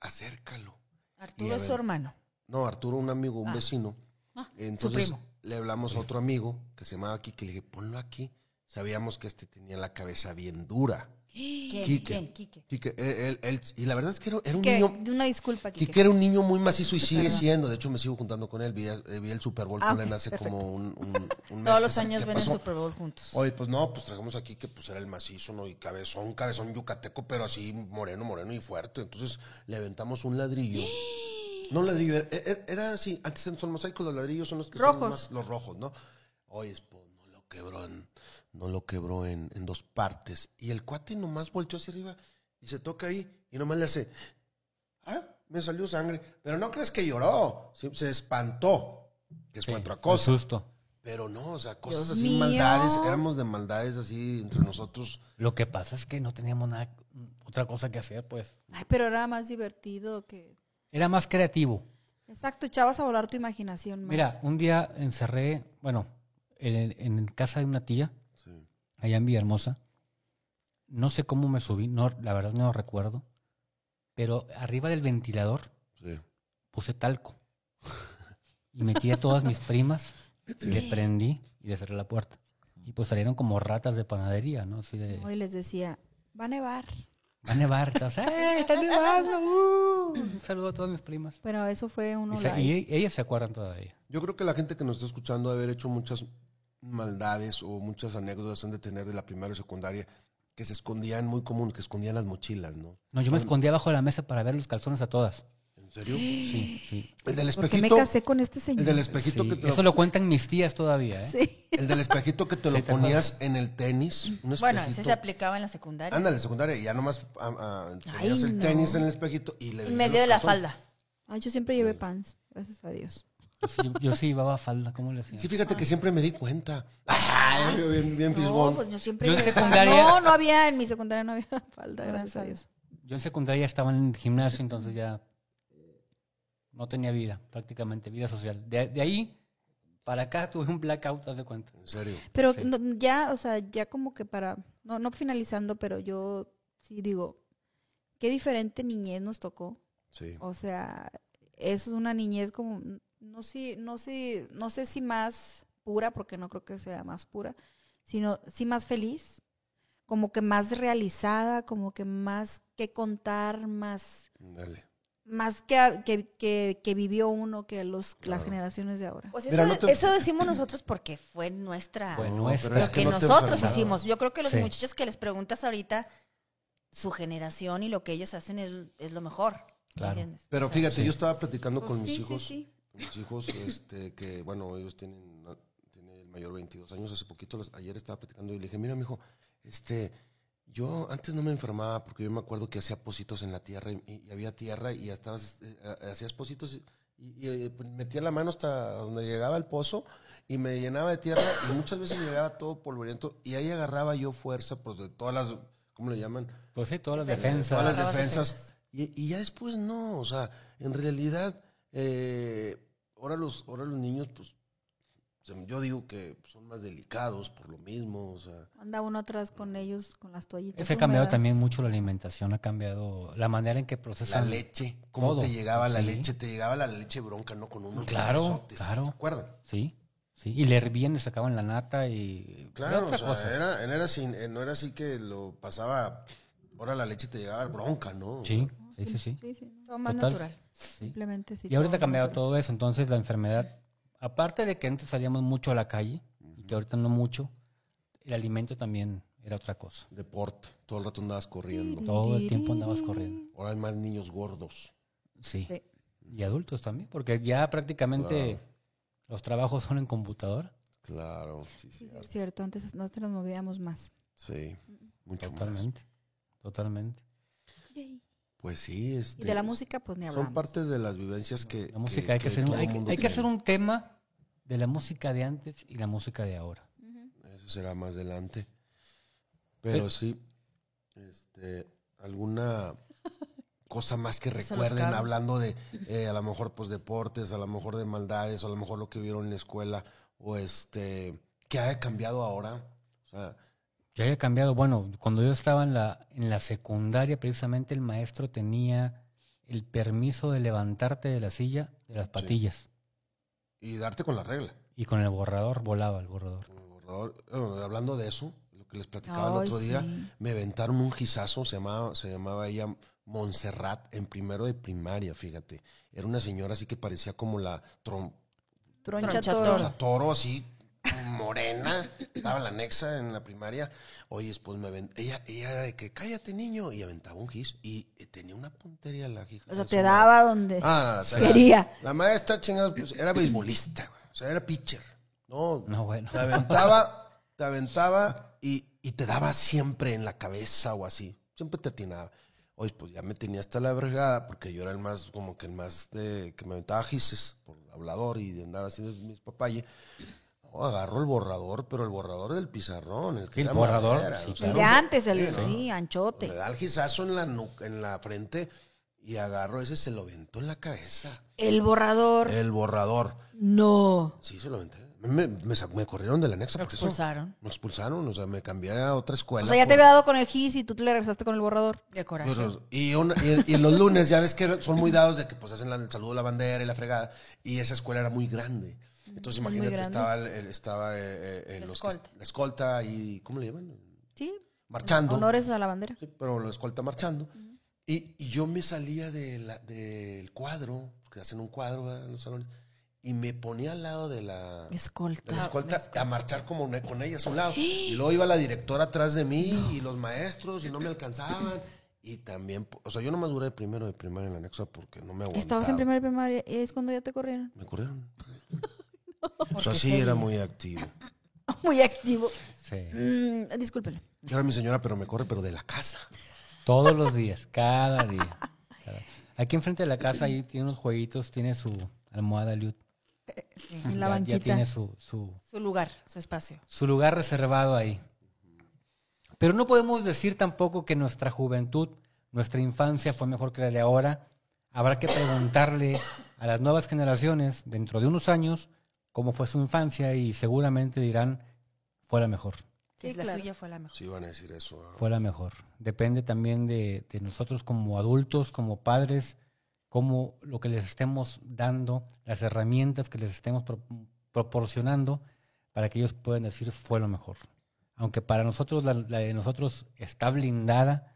Speaker 3: Acércalo. Y
Speaker 1: Arturo
Speaker 3: a
Speaker 1: es su
Speaker 3: ver.
Speaker 1: hermano.
Speaker 3: No, Arturo, un amigo, un
Speaker 1: Ah.
Speaker 3: vecino.
Speaker 4: Ah,
Speaker 3: Entonces
Speaker 1: primo.
Speaker 3: le hablamos a otro amigo que se llamaba Quique. Le dije, ponlo aquí. Sabíamos que este tenía la cabeza bien dura.
Speaker 1: ¿Quién?
Speaker 3: Quique.
Speaker 1: ¿Quién? Quique.
Speaker 3: Quique, eh, él- él- y la verdad es que era, era un
Speaker 4: Que,
Speaker 3: niño.
Speaker 4: una disculpa, Kike.
Speaker 3: Quique era un niño muy macizo y sigue
Speaker 4: Perdón.
Speaker 3: siendo. De hecho, me sigo juntando con él. Vi, eh, vi el Super Bowl
Speaker 4: Ah,
Speaker 3: con
Speaker 4: ok,
Speaker 3: él hace
Speaker 4: perfecto.
Speaker 3: como un, un- un mes
Speaker 1: Todos
Speaker 3: que
Speaker 1: los
Speaker 3: se-
Speaker 1: años
Speaker 3: que
Speaker 1: ven el
Speaker 3: pasó.
Speaker 1: Super Bowl juntos.
Speaker 3: Oye, pues no, pues trajimos aquí que pues era el macizo, ¿no? Y cabezón, cabezón yucateco, pero así moreno, moreno y fuerte. Entonces le aventamos un ladrillo. No un ladrillo, era, era- era así. Antes son mosaicos, los ladrillos son los que son
Speaker 4: Rojos.
Speaker 3: más- los rojos, ¿no? Oye, pues no lo quebró en, no lo quebró en, en dos partes. Y el cuate nomás volteó hacia arriba y se toca ahí y nomás le hace, ah, me salió sangre. Pero no crees que lloró, se, se espantó, que es
Speaker 2: Sí,
Speaker 3: otra
Speaker 2: fue
Speaker 3: cosa.
Speaker 2: Susto.
Speaker 3: Pero no, o sea, cosas
Speaker 4: Dios
Speaker 3: así,
Speaker 4: mío.
Speaker 3: maldades, éramos de maldades así entre nosotros.
Speaker 2: Lo que pasa es que no teníamos nada, otra cosa que hacer, pues.
Speaker 4: Ay, pero era más divertido que...
Speaker 2: Era más creativo.
Speaker 4: Exacto, echabas a volar tu imaginación. más.
Speaker 2: Mira, un día encerré, bueno, en, en casa de una tía,
Speaker 3: Sí.
Speaker 2: allá en Villahermosa. No sé cómo me subí, no, la verdad no lo recuerdo. Pero arriba del ventilador
Speaker 3: Sí.
Speaker 2: puse talco. Y metí a todas mis primas, y le prendí y le cerré la puerta. Y pues salieron como ratas de panadería, ¿no? Así de.
Speaker 4: Hoy les decía, va a nevar.
Speaker 2: Va a nevar. todas, ¡Eh, está nevando! uh". Un saludo a todas mis primas.
Speaker 4: Pero eso fue uno
Speaker 2: Y se-
Speaker 4: live.
Speaker 2: y ellas se acuerdan todavía.
Speaker 3: Yo creo que la gente que nos está escuchando debe haber hecho muchas maldades o muchas anécdotas han de tener de la primaria o secundaria que se escondían muy común, que escondían las mochilas, ¿no?
Speaker 2: No, yo me escondía bajo la mesa para ver los calzones a todas.
Speaker 3: ¿En serio?
Speaker 2: Sí, sí.
Speaker 3: El del
Speaker 4: ¿Por qué me
Speaker 3: espejito.
Speaker 4: casé con este
Speaker 3: El
Speaker 4: señor?
Speaker 3: del espejito
Speaker 2: Sí,
Speaker 3: que te
Speaker 2: Eso
Speaker 3: lo,
Speaker 2: lo cuentan mis tías todavía, ¿eh?
Speaker 4: Sí.
Speaker 3: el del espejito que te lo
Speaker 2: Sí, te
Speaker 3: ponías en el tenis. un
Speaker 1: Bueno, ese
Speaker 3: espejito.
Speaker 1: se aplicaba en la secundaria.
Speaker 3: Ándale, secundaria, y ya nomás ah, ah,
Speaker 4: Ay,
Speaker 3: ponías el
Speaker 4: no.
Speaker 3: tenis en el espejito y le
Speaker 1: en
Speaker 3: veías
Speaker 1: medio
Speaker 3: los
Speaker 1: de la
Speaker 3: calzones.
Speaker 1: falda.
Speaker 4: Ah, yo siempre llevé pants, gracias a Dios.
Speaker 2: Sí, yo, yo sí llevaba falda, ¿cómo le hacía?
Speaker 3: Sí, fíjate que siempre me di cuenta. Ay, yo bien, bien
Speaker 4: No,
Speaker 3: fisgón.
Speaker 4: pues yo siempre
Speaker 2: Yo en
Speaker 4: llevé
Speaker 2: secundaria-
Speaker 4: pants. No, no había, en mi secundaria no había falda, gracias a Dios.
Speaker 2: Yo en secundaria estaba en el gimnasio, entonces ya no tenía vida, prácticamente, vida social. De, de ahí para acá tuve un blackout, haz de cuenta.
Speaker 3: En serio.
Speaker 4: Pero
Speaker 2: Sí.
Speaker 4: no- ya, o sea, ya como que para, no, no finalizando, pero yo sí digo, qué diferente niñez nos tocó.
Speaker 3: Sí.
Speaker 4: O sea, eso es una niñez como, no sé, no sé, no sé si más pura, porque no creo que sea más pura, sino sí más feliz, como que más realizada, como que más que contar, más,
Speaker 3: Dale.
Speaker 4: más que, que, que- que vivió uno que los, las
Speaker 3: Claro.
Speaker 4: generaciones de ahora.
Speaker 1: Pues
Speaker 3: Mira,
Speaker 1: eso,
Speaker 3: no te-
Speaker 1: eso decimos nosotros porque fue nuestra...
Speaker 2: Fue
Speaker 3: No,
Speaker 2: nuestra.
Speaker 3: pero
Speaker 1: lo
Speaker 3: es
Speaker 1: que,
Speaker 3: no te
Speaker 1: nosotros
Speaker 3: enfermabas.
Speaker 1: hicimos. Yo creo que los
Speaker 2: Sí.
Speaker 1: muchachos que les preguntas ahorita, su generación y lo que ellos hacen es, es lo mejor.
Speaker 2: Claro.
Speaker 1: ¿entiendes?
Speaker 3: Pero
Speaker 1: O sea,
Speaker 3: fíjate, yo estaba platicando con
Speaker 4: Pues
Speaker 3: mis
Speaker 4: sí,
Speaker 3: hijos.
Speaker 4: sí, sí.
Speaker 3: con Mis hijos, este, que bueno, ellos tienen, no, tiene el mayor 22 años. Hace poquito, los- ayer estaba platicando y le dije, mira, mijo, este, yo antes no me enfermaba porque yo me acuerdo que hacía positos en la tierra y, y había tierra y ya estabas, eh, ha- hacías positos y, y, eh, metía la mano hasta donde llegaba el pozo y me llenaba de tierra y muchas veces llegaba todo polvoriento y ahí agarraba yo fuerza pues, de todas las, ¿cómo le llaman?
Speaker 2: Pues sí, todas las
Speaker 1: Defensa.
Speaker 2: defensas.
Speaker 3: todas las
Speaker 1: Agarrabas
Speaker 3: defensas.
Speaker 1: defensas.
Speaker 3: Y, y ya después no, o sea, en realidad, eh, ahora, los, ahora los niños, pues, se- yo digo que son más delicados por lo mismo, o sea,
Speaker 4: Anda uno atrás con ellos, con las toallitas.
Speaker 2: Se ha cambiado
Speaker 4: húmedas.
Speaker 2: también mucho la alimentación, ha cambiado la manera en que
Speaker 3: la
Speaker 2: procesan.
Speaker 3: leche, cómo
Speaker 2: Pues todo, pues
Speaker 3: te llegaba la
Speaker 2: sí.
Speaker 3: leche, te llegaba la leche bronca, ¿no? Con unos
Speaker 2: Claro,
Speaker 3: brazotes,
Speaker 2: claro.
Speaker 3: ¿se acuerdan?
Speaker 2: Sí, sí. Y le hervían y sacaban la nata y. era
Speaker 3: Claro, o
Speaker 2: otra
Speaker 3: sea,
Speaker 2: cosa.
Speaker 3: era, era así, eh, no era así que lo pasaba, ahora la leche te llegaba bronca, ¿no?
Speaker 2: Sí, sí, sí. sí.
Speaker 4: pues, Sí, sí,
Speaker 1: todo más
Speaker 2: Total.
Speaker 1: natural.
Speaker 2: sí.
Speaker 4: simplemente sí.
Speaker 2: Y ahorita ha
Speaker 4: todo
Speaker 2: cambiado
Speaker 4: natural.
Speaker 2: todo eso, entonces la enfermedad, aparte de que antes salíamos mucho a la calle, y que ahorita no mucho, el alimento también era otra cosa.
Speaker 3: Deporte, todo el rato andabas corriendo,
Speaker 2: Todo el tiempo andabas corriendo.
Speaker 3: ahora hay más niños gordos.
Speaker 2: Sí.
Speaker 4: Sí.
Speaker 2: Y adultos también, porque ya prácticamente
Speaker 3: Claro.
Speaker 2: los trabajos son en computadora.
Speaker 3: Claro, sí,
Speaker 4: Sí, sí,
Speaker 3: cierto.
Speaker 4: es cierto, antes nosotros nos movíamos más.
Speaker 3: Sí, mucho más.
Speaker 2: Totalmente. Totalmente.
Speaker 3: Pues sí, este,
Speaker 4: Y de la música, pues ni hablamos.
Speaker 3: son partes de las vivencias que
Speaker 2: La música hay que, hacer, un-
Speaker 3: todo
Speaker 2: hay,
Speaker 3: mundo
Speaker 2: hay que hacer
Speaker 3: tiene.
Speaker 2: un tema de la música de antes y la música de ahora.
Speaker 3: Eso será más adelante. Pero sí, este, alguna cosa más que
Speaker 1: Son los
Speaker 3: recuerden,
Speaker 1: cables.
Speaker 3: hablando de eh, a lo mejor pues deportes, a lo mejor de maldades, o a lo mejor lo que vieron en la escuela, o este, que haya cambiado ahora. O sea,
Speaker 2: Que haya cambiado, bueno, cuando yo estaba en la, en la secundaria, precisamente el maestro tenía el permiso de levantarte de la silla de las patillas.
Speaker 3: y darte con la regla.
Speaker 2: Y con el borrador volaba el borrador.
Speaker 3: Con el borrador. Bueno, hablando de eso, lo que les platicaba el
Speaker 4: Ay,
Speaker 3: otro día,
Speaker 4: sí.
Speaker 3: me aventaron un gizazo, se llamaba, se llamaba ella Montserrat, en primero de primaria, fíjate. Era una señora así que parecía como la trom-
Speaker 4: Troncha
Speaker 1: Troncha
Speaker 4: toro.
Speaker 1: toro.
Speaker 3: toro. así, morena. Estaba la nexa en la primaria. Oye, después me aventó. Ella, ella era de que cállate, niño. Y aventaba un gis. Y eh, tenía una puntería la hija.
Speaker 4: O
Speaker 3: de
Speaker 4: sea,
Speaker 3: su
Speaker 4: te
Speaker 3: madre.
Speaker 4: daba donde
Speaker 3: Ah, no, no, o sea,
Speaker 4: quería.
Speaker 3: La maestra chingada, pues, era beisbolista, güey. O sea, era pitcher. No,
Speaker 2: No, bueno.
Speaker 3: te aventaba, te aventaba y, y te daba siempre en la cabeza o así. Siempre te atinaba. Oye, pues ya me tenía hasta la vergada porque yo era el más, como que el más de, que me aventaba gises por hablador y de andar haciendo mis papayes. No, agarro el borrador, pero el borrador del pizarrón. El, que
Speaker 2: Sí, el
Speaker 3: era
Speaker 2: borrador, sí,
Speaker 4: El
Speaker 2: claro.
Speaker 4: de antes, el
Speaker 3: ¿no?
Speaker 4: sí,
Speaker 3: Me
Speaker 4: anchote.
Speaker 3: da el gizazo en la, nuca- en la frente y agarro ese, se lo aventó en la cabeza.
Speaker 4: El borrador.
Speaker 3: El borrador.
Speaker 4: No.
Speaker 3: Sí, se lo aventé. Me, me, sa- me corrieron de la anexa.
Speaker 1: Lo
Speaker 3: por eso.
Speaker 1: expulsaron.
Speaker 3: Me expulsaron, o sea, me cambié a otra escuela.
Speaker 4: O sea, ya te
Speaker 3: por-
Speaker 4: había dado con el gis y tú te le regresaste con el borrador.
Speaker 1: De coraje.
Speaker 3: Pues, los- y, una- y- y los lunes, ya ves que son muy dados de que pues hacen la- el saludo a la bandera y la fregada. Y esa escuela era muy grande. Entonces,
Speaker 4: muy
Speaker 3: imagínate,
Speaker 4: grande.
Speaker 3: estaba, el- el- estaba eh, eh, eh,
Speaker 1: La
Speaker 3: los que-
Speaker 1: escolta.
Speaker 3: la escolta y. ¿Cómo le llaman?
Speaker 4: Sí.
Speaker 3: Marchando.
Speaker 4: Honores a la bandera.
Speaker 3: Sí, pero la escolta marchando. y, y yo me salía de la- del cuadro, porque hacen un cuadro ¿verdad? en los salones, y me ponía al lado de la, de
Speaker 4: Escolta.
Speaker 3: la escolta a marchar como una- con ella a su lado. Y luego iba la directora atrás de mí y los maestros y no me alcanzaban. Y también, o sea, yo nomás duré primero de primaria en la Nexa porque no me aguantaba.
Speaker 4: Estabas en primera primaria y es cuando ya te corrieron.
Speaker 3: Me corrieron. O sea,
Speaker 1: Porque
Speaker 3: sí,
Speaker 1: se
Speaker 3: era
Speaker 1: vi-
Speaker 3: muy activo.
Speaker 4: Muy activo.
Speaker 2: Sí.
Speaker 4: Mm, discúlpenlo.
Speaker 3: Yo era mi señora, pero me corre, pero de la casa.
Speaker 2: Todos los días, cada día. cada- Aquí enfrente de la casa, ahí tiene unos jueguitos, tiene su almohada Liut.
Speaker 4: En la
Speaker 2: Ya-
Speaker 4: banquita.
Speaker 2: Ya tiene su, su,
Speaker 1: Su lugar, su espacio.
Speaker 2: su lugar reservado ahí. Pero no podemos decir tampoco que nuestra juventud, nuestra infancia fue mejor que la de ahora. Habrá que preguntarle a las nuevas generaciones dentro de unos años cómo fue su infancia y seguramente dirán fue la mejor.
Speaker 1: Que
Speaker 4: Sí,
Speaker 1: la
Speaker 4: claro.
Speaker 1: suya fue la mejor.
Speaker 3: Sí, van a decir eso. ¿ah?
Speaker 2: fue la mejor. Depende también de, de nosotros como adultos, como padres, como lo que les estemos dando, las herramientas que les estemos pro- proporcionando para que ellos puedan decir fue lo mejor. Aunque para nosotros la, la de nosotros está blindada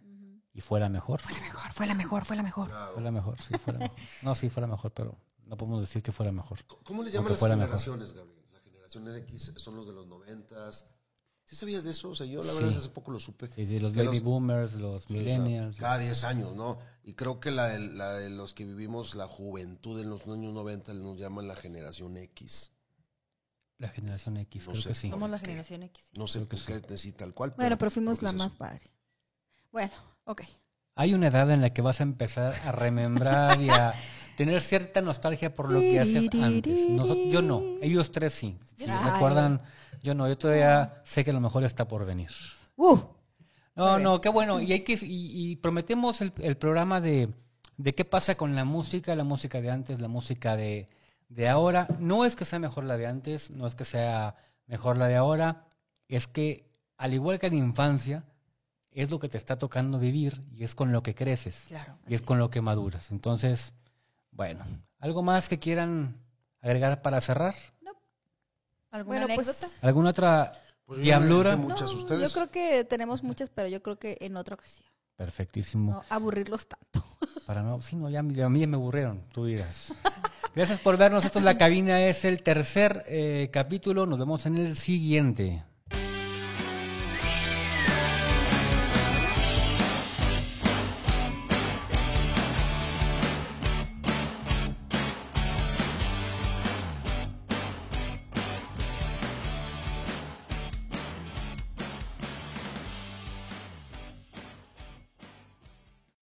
Speaker 2: y fue la mejor.
Speaker 1: Fue la mejor, fue la mejor, fue la mejor.
Speaker 2: Fue la mejor, sí, fue la mejor. No, sí, fue la mejor, pero no podemos decir que fue la mejor.
Speaker 3: ¿Cómo le llaman
Speaker 2: Aunque
Speaker 3: las
Speaker 2: fuera mejor.
Speaker 3: generaciones, Gabriel? La generación X son los de los noventas. ¿Sí sabías de eso? O sea, yo la
Speaker 2: Sí.
Speaker 3: verdad hace poco lo supe.
Speaker 2: Sí, sí, los
Speaker 3: Que
Speaker 2: baby boomers, los
Speaker 3: sí, o sea,
Speaker 2: millennials.
Speaker 3: cada 10 años, ¿no? Y creo que la de, la de los que vivimos la juventud en los años 90 nos llaman la generación X.
Speaker 2: la generación X,
Speaker 3: No
Speaker 2: creo
Speaker 3: sé.
Speaker 2: que sí.
Speaker 1: Somos la
Speaker 3: ¿Qué?
Speaker 1: generación X.
Speaker 3: No sé
Speaker 2: Creo que
Speaker 3: por qué decir tal cual.
Speaker 4: Bueno, pero fuimos
Speaker 3: creo que
Speaker 4: la
Speaker 3: es
Speaker 4: más
Speaker 3: eso.
Speaker 4: padre. Bueno, ok.
Speaker 2: Hay una edad en la que vas a empezar a remembrar y a tener cierta nostalgia por lo que haces antes. Noso- yo no, ellos tres sí. Si
Speaker 4: Yo sí.
Speaker 2: recuerdan, yo no, yo todavía sé que lo mejor está por venir.
Speaker 4: Uh,
Speaker 2: No, no, qué bueno. Y, hay que, y, y prometemos el, el programa de, de qué pasa con la música, la música de antes, la música de, de ahora. No es que sea mejor la de antes, no es que sea mejor la de ahora, es que al igual que en la infancia, es lo que te está tocando vivir y es con lo que creces
Speaker 1: Claro.
Speaker 2: y es con lo que maduras. Entonces, bueno, ¿algo más que quieran agregar para cerrar?
Speaker 1: ¿Alguna
Speaker 4: bueno, pues.
Speaker 1: anécdota?
Speaker 2: ¿Alguna otra?
Speaker 3: Pues yo
Speaker 2: Diablura.
Speaker 3: ya me inventé Muchas
Speaker 4: no,
Speaker 3: ustedes.
Speaker 4: Yo creo que tenemos muchas, pero yo creo que en otra ocasión.
Speaker 2: Perfectísimo.
Speaker 4: No aburrirlos tanto.
Speaker 2: Para no, sí, no, ya, me- a mí ya me aburrieron, tú dirás. Gracias por vernos. Esto es La Cabina, es el tercer eh, capítulo. Nos vemos en el siguiente.